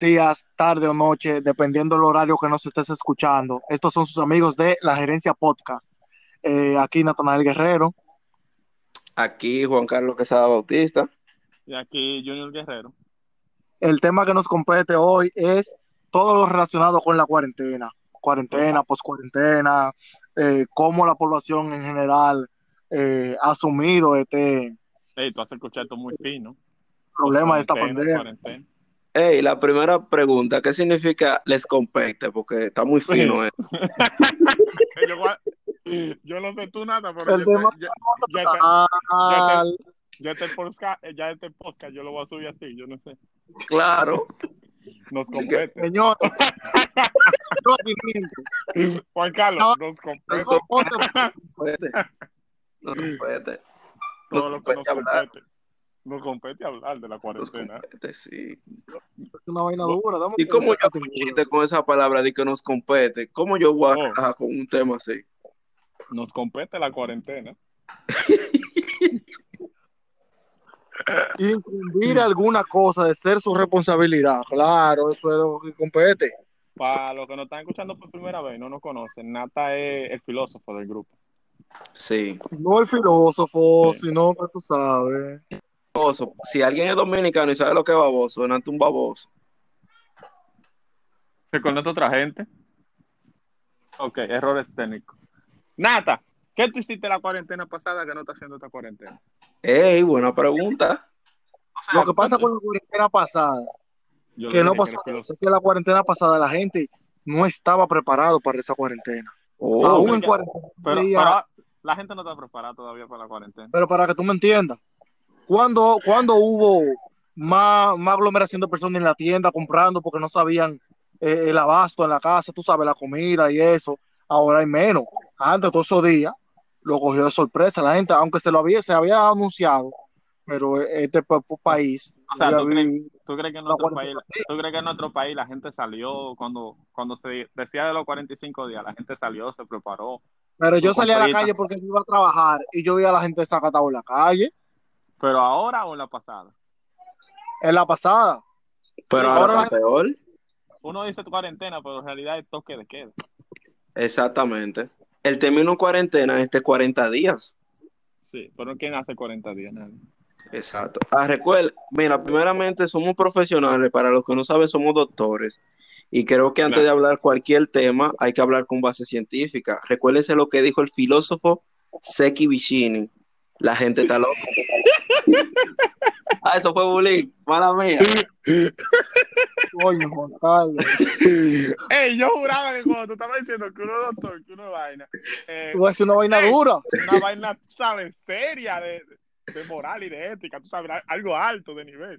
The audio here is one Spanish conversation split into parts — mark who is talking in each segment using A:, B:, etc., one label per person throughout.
A: días, tarde o noche, dependiendo del horario que nos estés escuchando. Estos son sus amigos de La Gerencia Podcast. Eh, aquí Natanael Guerrero.
B: Aquí Juan Carlos Quesada Bautista.
C: Y aquí Junior Guerrero.
A: El tema que nos compete hoy es todo lo relacionado con la cuarentena. Cuarentena, poscuarentena, eh, cómo la población en general eh, ha asumido este...
C: Ey, tú has escuchado esto muy fino.
A: Problema de esta pandemia.
B: Ey, la primera pregunta, ¿qué significa les compete? Porque está muy fino, eh.
C: yo, voy a- yo no sé tú nada, pero
A: El
C: yo, te-
A: tema-
C: yo- ya te-
A: Ah,
C: ya te- ya te posca- ya este podcast yo lo voy a subir así, yo no sé.
B: Claro.
C: Nos compete.
A: Señor. No, dimiento.
C: Juan Carlos, nos
B: Nos
C: compete
A: Entonces,
B: compete. Nos compete. Nos
C: todo lo que nos
B: compete hablar.
C: compete. Nos compete hablar de la
B: Nos
C: cuarentena.
B: compete, sí.
A: una vaina dura. dame
B: ¿Y
A: un
B: cómo yo hago
A: segundo.
B: un chiste con esa palabra de que nos compete? ¿Cómo yo voy a
C: Oh.
B: relajar con un tema así?
C: Nos compete la cuarentena.
A: Incumbir alguna cosa de ser su responsabilidad. Claro, eso es lo que compete.
C: Para los que nos están escuchando por primera vez y no nos conocen, Nata es el filósofo del grupo.
B: Sí.
A: No el filósofo,
C: Sí.
A: sino que tú sabes.
B: Baboso. Si alguien es dominicano y sabe lo que es baboso, Nata es un baboso.
C: Se conecta otra gente. Ok, errores técnicos. Nata, ¿qué tú hiciste la cuarentena pasada que no está haciendo esta cuarentena?
B: Ey, buena pregunta.
C: O sea,
A: Lo que pasa con la cuarentena pasada,
C: Yo
A: que
C: le
A: no
C: dije
A: pasó,
C: era
A: es
C: filósofo.
A: que la cuarentena pasada la gente no estaba preparado para esa cuarentena.
B: Oh,
A: Aún en
C: ya.
A: cuarentena.
C: Pero,
A: día-
C: pero la gente no está preparada todavía para la cuarentena.
A: Pero para que tú me entiendas, ¿cuándo, cuándo hubo más, más aglomeración de personas en la tienda comprando porque no sabían eh, el abasto en la casa, tú sabes, la comida y eso? Ahora hay menos. Antes, todos esos días, lo cogió de sorpresa la gente, aunque se lo había, se había anunciado, pero este pa- pa- país...
C: O sea,
A: había
C: ¿tú crees-
A: vivido
C: ¿Tú crees que en
A: la
C: nuestro país,
A: cuarentena.
C: tú crees que en nuestro país la gente salió cuando, cuando se decía de los 45 días, la gente salió, se preparó?
A: Pero yo
C: Con
A: salí a la
C: comprita.
A: calle porque yo iba a trabajar y yo vi a la gente sacatado en la calle,
C: Pero ahora o en la pasada?
A: en la pasada.
B: pero
A: ahora
B: ahora
A: la-
B: está peor.
C: Uno dice cuarentena, pero en realidad es toque de queda.
B: Exactamente. El término cuarentena es de 40 días.
C: Sí, pero ¿quién hace 40 días? Nadie.
B: Exacto. Ah, recuerda, mira, primeramente somos profesionales, para los que no saben somos doctores. Y creo que antes
C: Claro.
B: de hablar cualquier tema hay que hablar con base científica. Recuérdense lo que dijo el filósofo Seki Vicini. La gente está loca. ah, eso fue bullying. Mala mía.
A: Coño, Juan Carlos,
C: Ey, yo juraba que cuando tú estabas diciendo que uno es doctor, que uno es vaina, eh,
A: tú vas a decir una vaina dura.
C: una vaina, tú sabes, seria de, de moral y de ética, tú sabes, algo alto de nivel.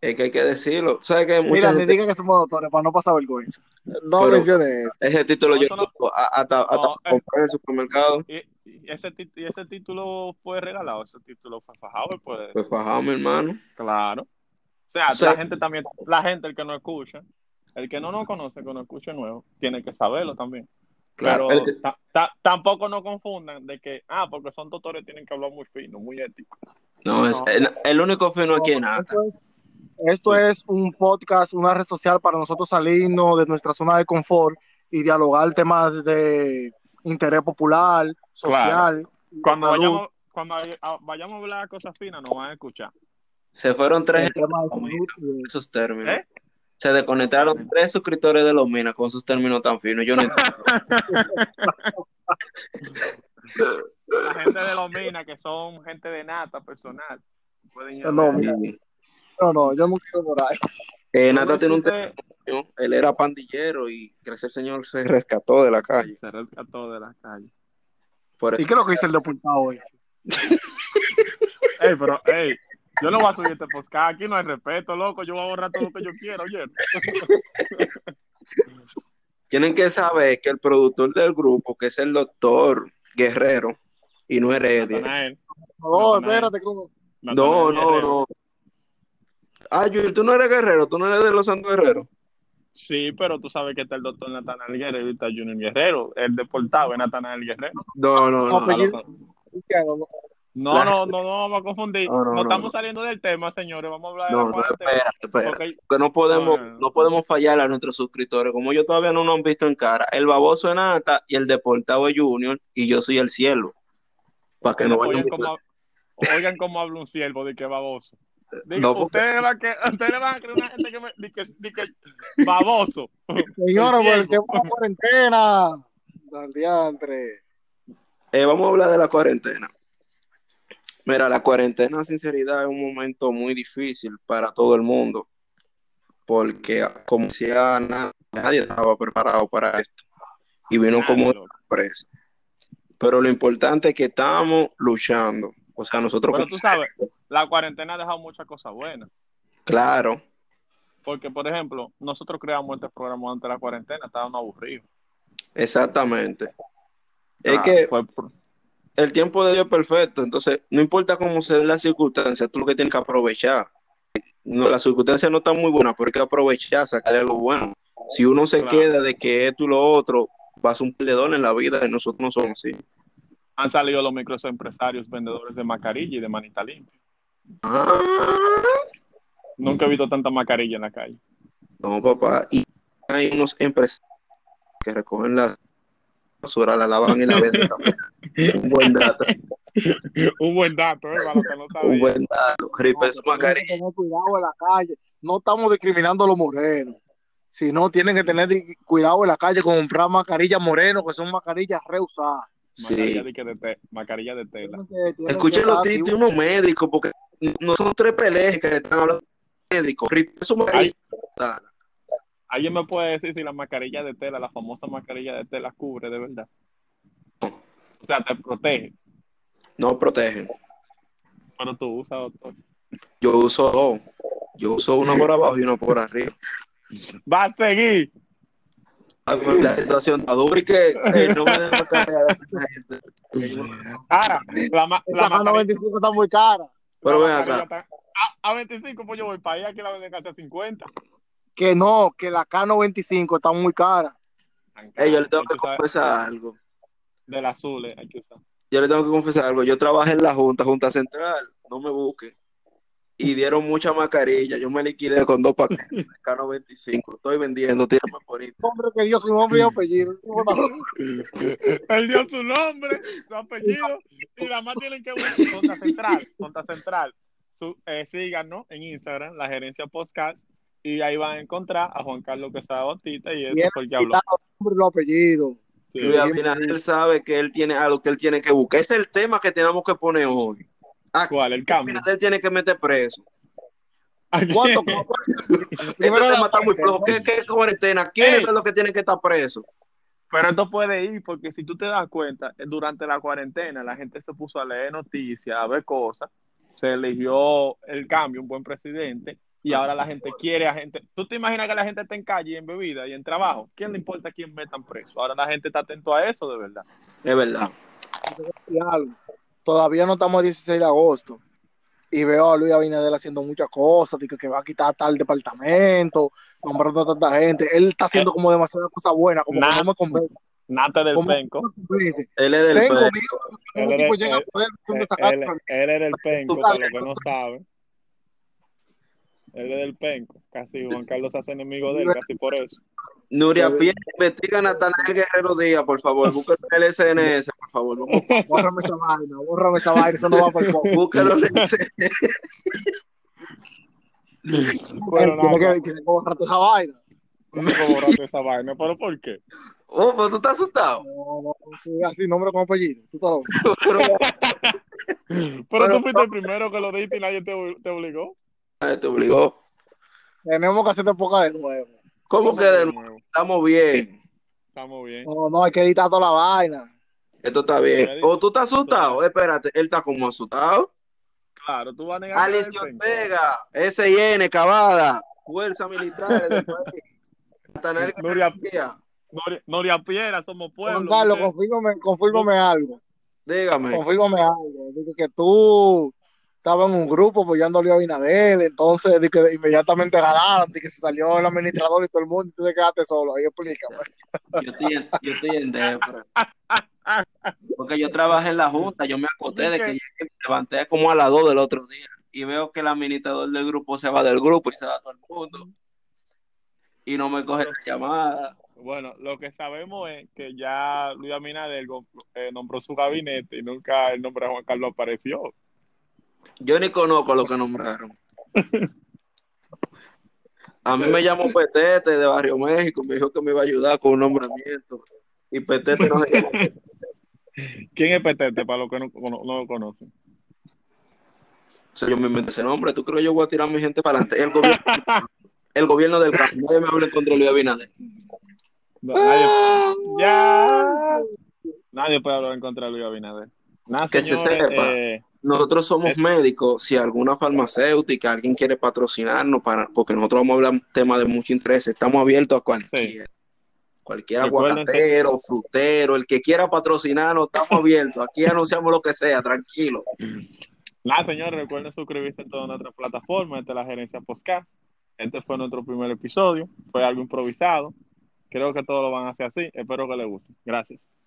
B: Es que hay que decirlo. ¿Sabes que
A: Mira,
B: muchas
A: ni
B: gente-
A: digan que somos doctores para no pasar vergüenza. No
B: Pero-
A: menciones eso.
B: ese título
C: No,
B: yo
C: eso no-
B: lo- a- hasta, hasta
C: No, eh.
B: comprar en el supermercado?
C: Y, y ese, tit- y ese título fue regalado, ese título fue fajado, pues.
B: Pues fajado, mi hermano.
C: Claro. O sea,
B: O sea-
C: la gente también, la gente, el que no escucha, el que no nos conoce, que no escuche nuevo, tiene que saberlo también.
B: Claro.
C: Pero
B: El que-
C: ta- ta- tampoco no confundan de que, ah, porque son doctores, tienen que hablar muy fino, muy ético.
B: No, es,
A: No.
B: el, el único fino aquí es nada.
A: Esto es- Esto es un podcast, una red social para nosotros salirnos de nuestra zona de confort y dialogar temas de interés popular, social.
C: Cuando
A: salud,
C: vayamos, cuando hay- a- vayamos a hablar cosas finas, nos van a escuchar.
B: Se fueron tres
A: el
B: en
A: tema eh, de salud y-
B: esos términos.
C: ¿Eh?
B: Se desconectaron tres suscriptores de Lomina con sus términos tan finos. Yo no entiendo.
C: La gente de los minas, que son gente de nata personal, pueden ir a
A: No,
C: ver.
A: mira, No, no, yo nunca he por ahí.
B: Eh,
C: Tú
B: Nata tiene un
C: hiciste-
B: término. Él era pandillero y gracias al Señor se rescató de la calle.
C: Se rescató de la calle.
B: Por
A: ¿Y
B: eso.
A: qué es lo que dice el diputado hoy?
C: Ey, pero, ey, yo no voy a subir este podcast. Aquí no hay respeto, loco. Yo voy a borrar todo lo que yo quiero, oye.
B: Tienen que saber que el productor del grupo, que es el doctor Guerrero, y no Heredia.
C: Natanael,
A: No,
C: No, no,
A: espérate, ¿cómo?
B: No,
C: Natanael
B: no,
C: Guerrero.
B: no. Ah, Yul, tú no eres guerrero, tú no eres de los Santos Guerreros.
C: Sí, pero tú sabes que está el doctor Natanael Guerrero y está Junior Guerrero. El deportado es Natanael Guerrero.
B: No, no, no.
A: Apellido.
C: Claro,
A: ¿Qué hago?
C: No,
B: La-
C: no, no, no, vamos a confundir.
B: No,
C: No,
B: no, no,
C: estamos
B: no.
C: saliendo del tema, señores. Vamos a hablar de
B: No,
C: la
B: no,
C: cuarentena.
B: espérate, espérate.
C: Porque-
B: Que no podemos,
C: No, no, no.
B: no podemos fallar a nuestros suscriptores. Como yo todavía no nos han visto en cara, el baboso de Nata y el deportado de Junior, y yo soy el cielo. Para que no vayan
C: oigan, cómo, oigan cómo habla un siervo de que baboso. Digo,
B: Eh, No, porque-
C: ustedes, van a que- ustedes le van a creer a una gente que me di que, di que baboso.
A: Señores, por el
C: ciego.
A: tema de la cuarentena. Al diantre.
B: Eh, vamos a hablar de la cuarentena. Mira, la cuarentena, sinceridad, es un momento muy difícil para todo el mundo, porque como decía, na- nadie estaba preparado para esto y vino como
C: Ah,
B: una
C: loco.
B: sorpresa. Pero lo importante es que estamos luchando, o sea, nosotros,
C: Pero tú sabes, la cuarentena ha dejado muchas cosas buenas.
B: claro,
C: Porque, por ejemplo, nosotros creamos este programa antes de la cuarentena, estábamos aburridos.
B: exactamente. Es
C: Ah,
B: que
C: fue por-
B: el tiempo de Dios es perfecto, entonces no importa cómo se den las circunstancias, tú lo que tienes que aprovechar. No, las circunstancias no están muy buenas, pero hay que aprovechar, sacarle lo bueno. Si uno se
C: Claro.
B: queda de que esto y lo otro, vas a un perdedor en la vida, y nosotros no somos así.
C: han salido los microempresarios, vendedores de mascarilla y de manita limpia.
B: Ah,
C: Nunca he visto tanta mascarilla en la calle.
B: no, papá. Y hay unos empresarios que recogen la basura, la lavan y la venden también. un buen dato,
C: Un buen dato, ¿eh? Para los que no
B: un
C: sabían.
B: buen dato. Ripe su
A: Tienen
B: mascarilla.
A: que tener cuidado en la calle. No estamos discriminando a los morenos. Si no, tienen que tener di- cuidado en la calle con comprar mascarillas morenos, que son mascarillas reusadas.
B: Sí.
C: Mascarilla, de, que de te- mascarilla de tela.
A: Tienen que- tienen
B: Escuchen
A: que
B: los
A: estar
B: títulos
A: activos.
B: unos médicos, porque no son tres peleas que están hablando de médicos. Ripe su mascarilla.
C: ¿Alguien me puede decir si la mascarilla de tela, la famosa mascarilla de tela, cubre de verdad? O sea, te protege,
B: No protegen.
C: pero tú usas doctor.
B: Yo uso dos. Yo uso una por abajo y una por arriba.
C: ¡Va a seguir!
B: Ay, pues, La situación está dura y que eh, no me dejan cargar a la gente.
C: Ahora, la, ma- la
A: Esta mano
C: mascarilla,
A: 25 está muy cara.
B: Pero
C: la
B: ven
C: mascarilla
B: acá.
C: está- A, a 25, pues yo voy para allá, aquí la venden casi a 50.
A: Que no, que la K95 está muy cara.
B: eh, yo le tengo
C: Hay
B: que
C: usar
B: confesar algo.
C: Del azul, eh, hay que usar.
B: Yo le tengo que confesar algo. Yo trabajé en la Junta, Junta Central. No me busquen. Y dieron mucha mascarilla. Yo me liquidé con dos paquetes de K95. Estoy vendiendo. Tírame por ahí.
A: Hombre que Dios, un hombre y apellido.
C: Él dio su nombre, su apellido, y la más tienen que buscar. Conta Central, Conta Central. Su, eh, síganos en Instagram, la gerencia podcast, y ahí van a encontrar a Juan Carlos Quesada Bautista y eso
A: Bien,
C: fue el que habló.
A: Quitado hombre y los apellidos.
C: Sí.
B: Luis Abinader sabe que él tiene algo que él tiene que buscar. Ese es el tema que tenemos que poner hoy.
A: Ah,
C: ¿Cuál? El cambio.
B: Abinader tiene que meter preso.
A: ¿Cuánto cuesta?
B: Este
A: Primero
B: tema
A: la
B: está
A: cuarentena.
B: muy flojo. ¿Qué, qué cuarentena? ¿Quiénes
C: Ey.
B: son los que tienen que estar presos?
C: Pero esto puede ir, porque si tú te das cuenta, eh, durante la cuarentena la gente se puso a leer noticias, a ver cosas, se eligió el cambio, un buen presidente, y ahora la gente quiere a gente. ¿Tú te imaginas que la gente está en calle, y en bebida y en trabajo? ¿Quién le importa quién metan preso? Ahora la gente está atento a eso, de verdad.
B: Es verdad.
A: y algo. Todavía no estamos a 16 de agosto. Y veo a Luis Abinader haciendo muchas cosas, de que, que va a quitar tal departamento, nombrando a tanta gente. Él está haciendo como demasiadas cosas buenas, como que
C: Nah.
A: no me convence.
C: Nata del
A: ¿Cómo?
C: penco.
A: no me convence.
B: Él es del
A: Tengo
B: PRD.
A: miedo que un
C: Él
A: tipo
C: era-
A: llega a
C: él-
A: poder haciendo esa
C: Eh, él,
A: carta.
C: él era el penco, para los que no saben. Él era el penco. Casi Juan Carlos se hace enemigo de él, casi por eso.
B: Nuria
A: Pero-
B: Piel, investiga a Natanael Guerrero Díaz, por favor. Búsquelo en el SNS, por favor. Vamos,
A: Bórrame esa vaina, bórrame esa vaina, eso no va por poco.
B: Búsquelo en el SNS.
C: Pero
A: Tiene
C: nada.
A: que- tiene que borrar toda esa vaina.
C: ¿Cómo que borraste esa vaina? ¿Pero por qué?
B: Oh, pero tú estás asustado.
A: No, no, no, así, nombre con apellido. Tú estás loco.
B: Pero,
C: Pero, tú fuiste el primero que lo diste y nadie te, ob- te obligó.
B: eh, te obligó.
A: Tenemos que hacer época de nuevo.
B: ¿Cómo que de nuevo? estamos bien?
C: Estamos bien.
A: No, no, hay que editar toda la vaina.
B: Esto está bien. ¿O tú estás asustado? Espérate, él está como asustado.
C: Claro, tú vas a negar. que
B: Alex
C: eres el penco.
B: Ortega, S.I.N. Cavada, Fuerza Militar del país. Natanael
C: Nuria,
B: García,
C: Nuria, Nuria Piera, somos pueblo.
A: Juan Carlos,
C: mujer.
A: confírmame, confírmame algo.
B: dígame.
A: Confírmame algo. Dije que tú estabas en un grupo apoyándole a Abinader, entonces di que inmediatamente ganaron, di que se salió el administrador y todo el mundo, y tú te quedaste solo. Ahí explícame.
B: E Yo estoy en, yo estoy en depre. Porque yo trabajé en la Junta, yo me acoté de que llegué, me levanté como a las 2 del otro día y veo que el administrador del grupo se va del grupo y se va a todo el mundo. Y no me coge la llamada.
C: Bueno, lo que sabemos es que ya Luis Abinader eh, nombró su gabinete y nunca el nombre de Juan Carlos apareció.
B: Yo ni conozco lo que nombraron. A mí me llamó Petete de Barrio México, me dijo que me iba a ayudar con un nombramiento. Y Petete no se llama.
C: ¿Quién es Petete para los que no, no- no lo conocen?
B: O sea, yo me inventé ese nombre. ¿Tú crees que yo voy a tirar a mi gente para adelante? El gobierno, el gobierno del cambio. Nadie me hable contra Luis Abinader.
C: No, nadie- ya. Nadie puede hablar en contra de Luis Abinader. Nada,
B: Que se
C: señores,
B: sepa.
C: eh,
B: Nosotros somos médicos. Si alguna farmacéutica, alguien quiere patrocinarnos, para, porque nosotros vamos a hablar temas de mucho interés. Estamos abiertos a cualquier. Cualquier
C: Recuerden-
B: aguacatero, frutero, el que quiera patrocinarnos, estamos abiertos. Aquí anunciamos lo que sea, tranquilo.
C: nada, señores, recuerden suscribirse en todas nuestras plataformas. Esta es la gerencia podcast. Este fue nuestro primer episodio. Fue algo improvisado. Creo que todos lo van a hacer así. Espero que les guste. Gracias.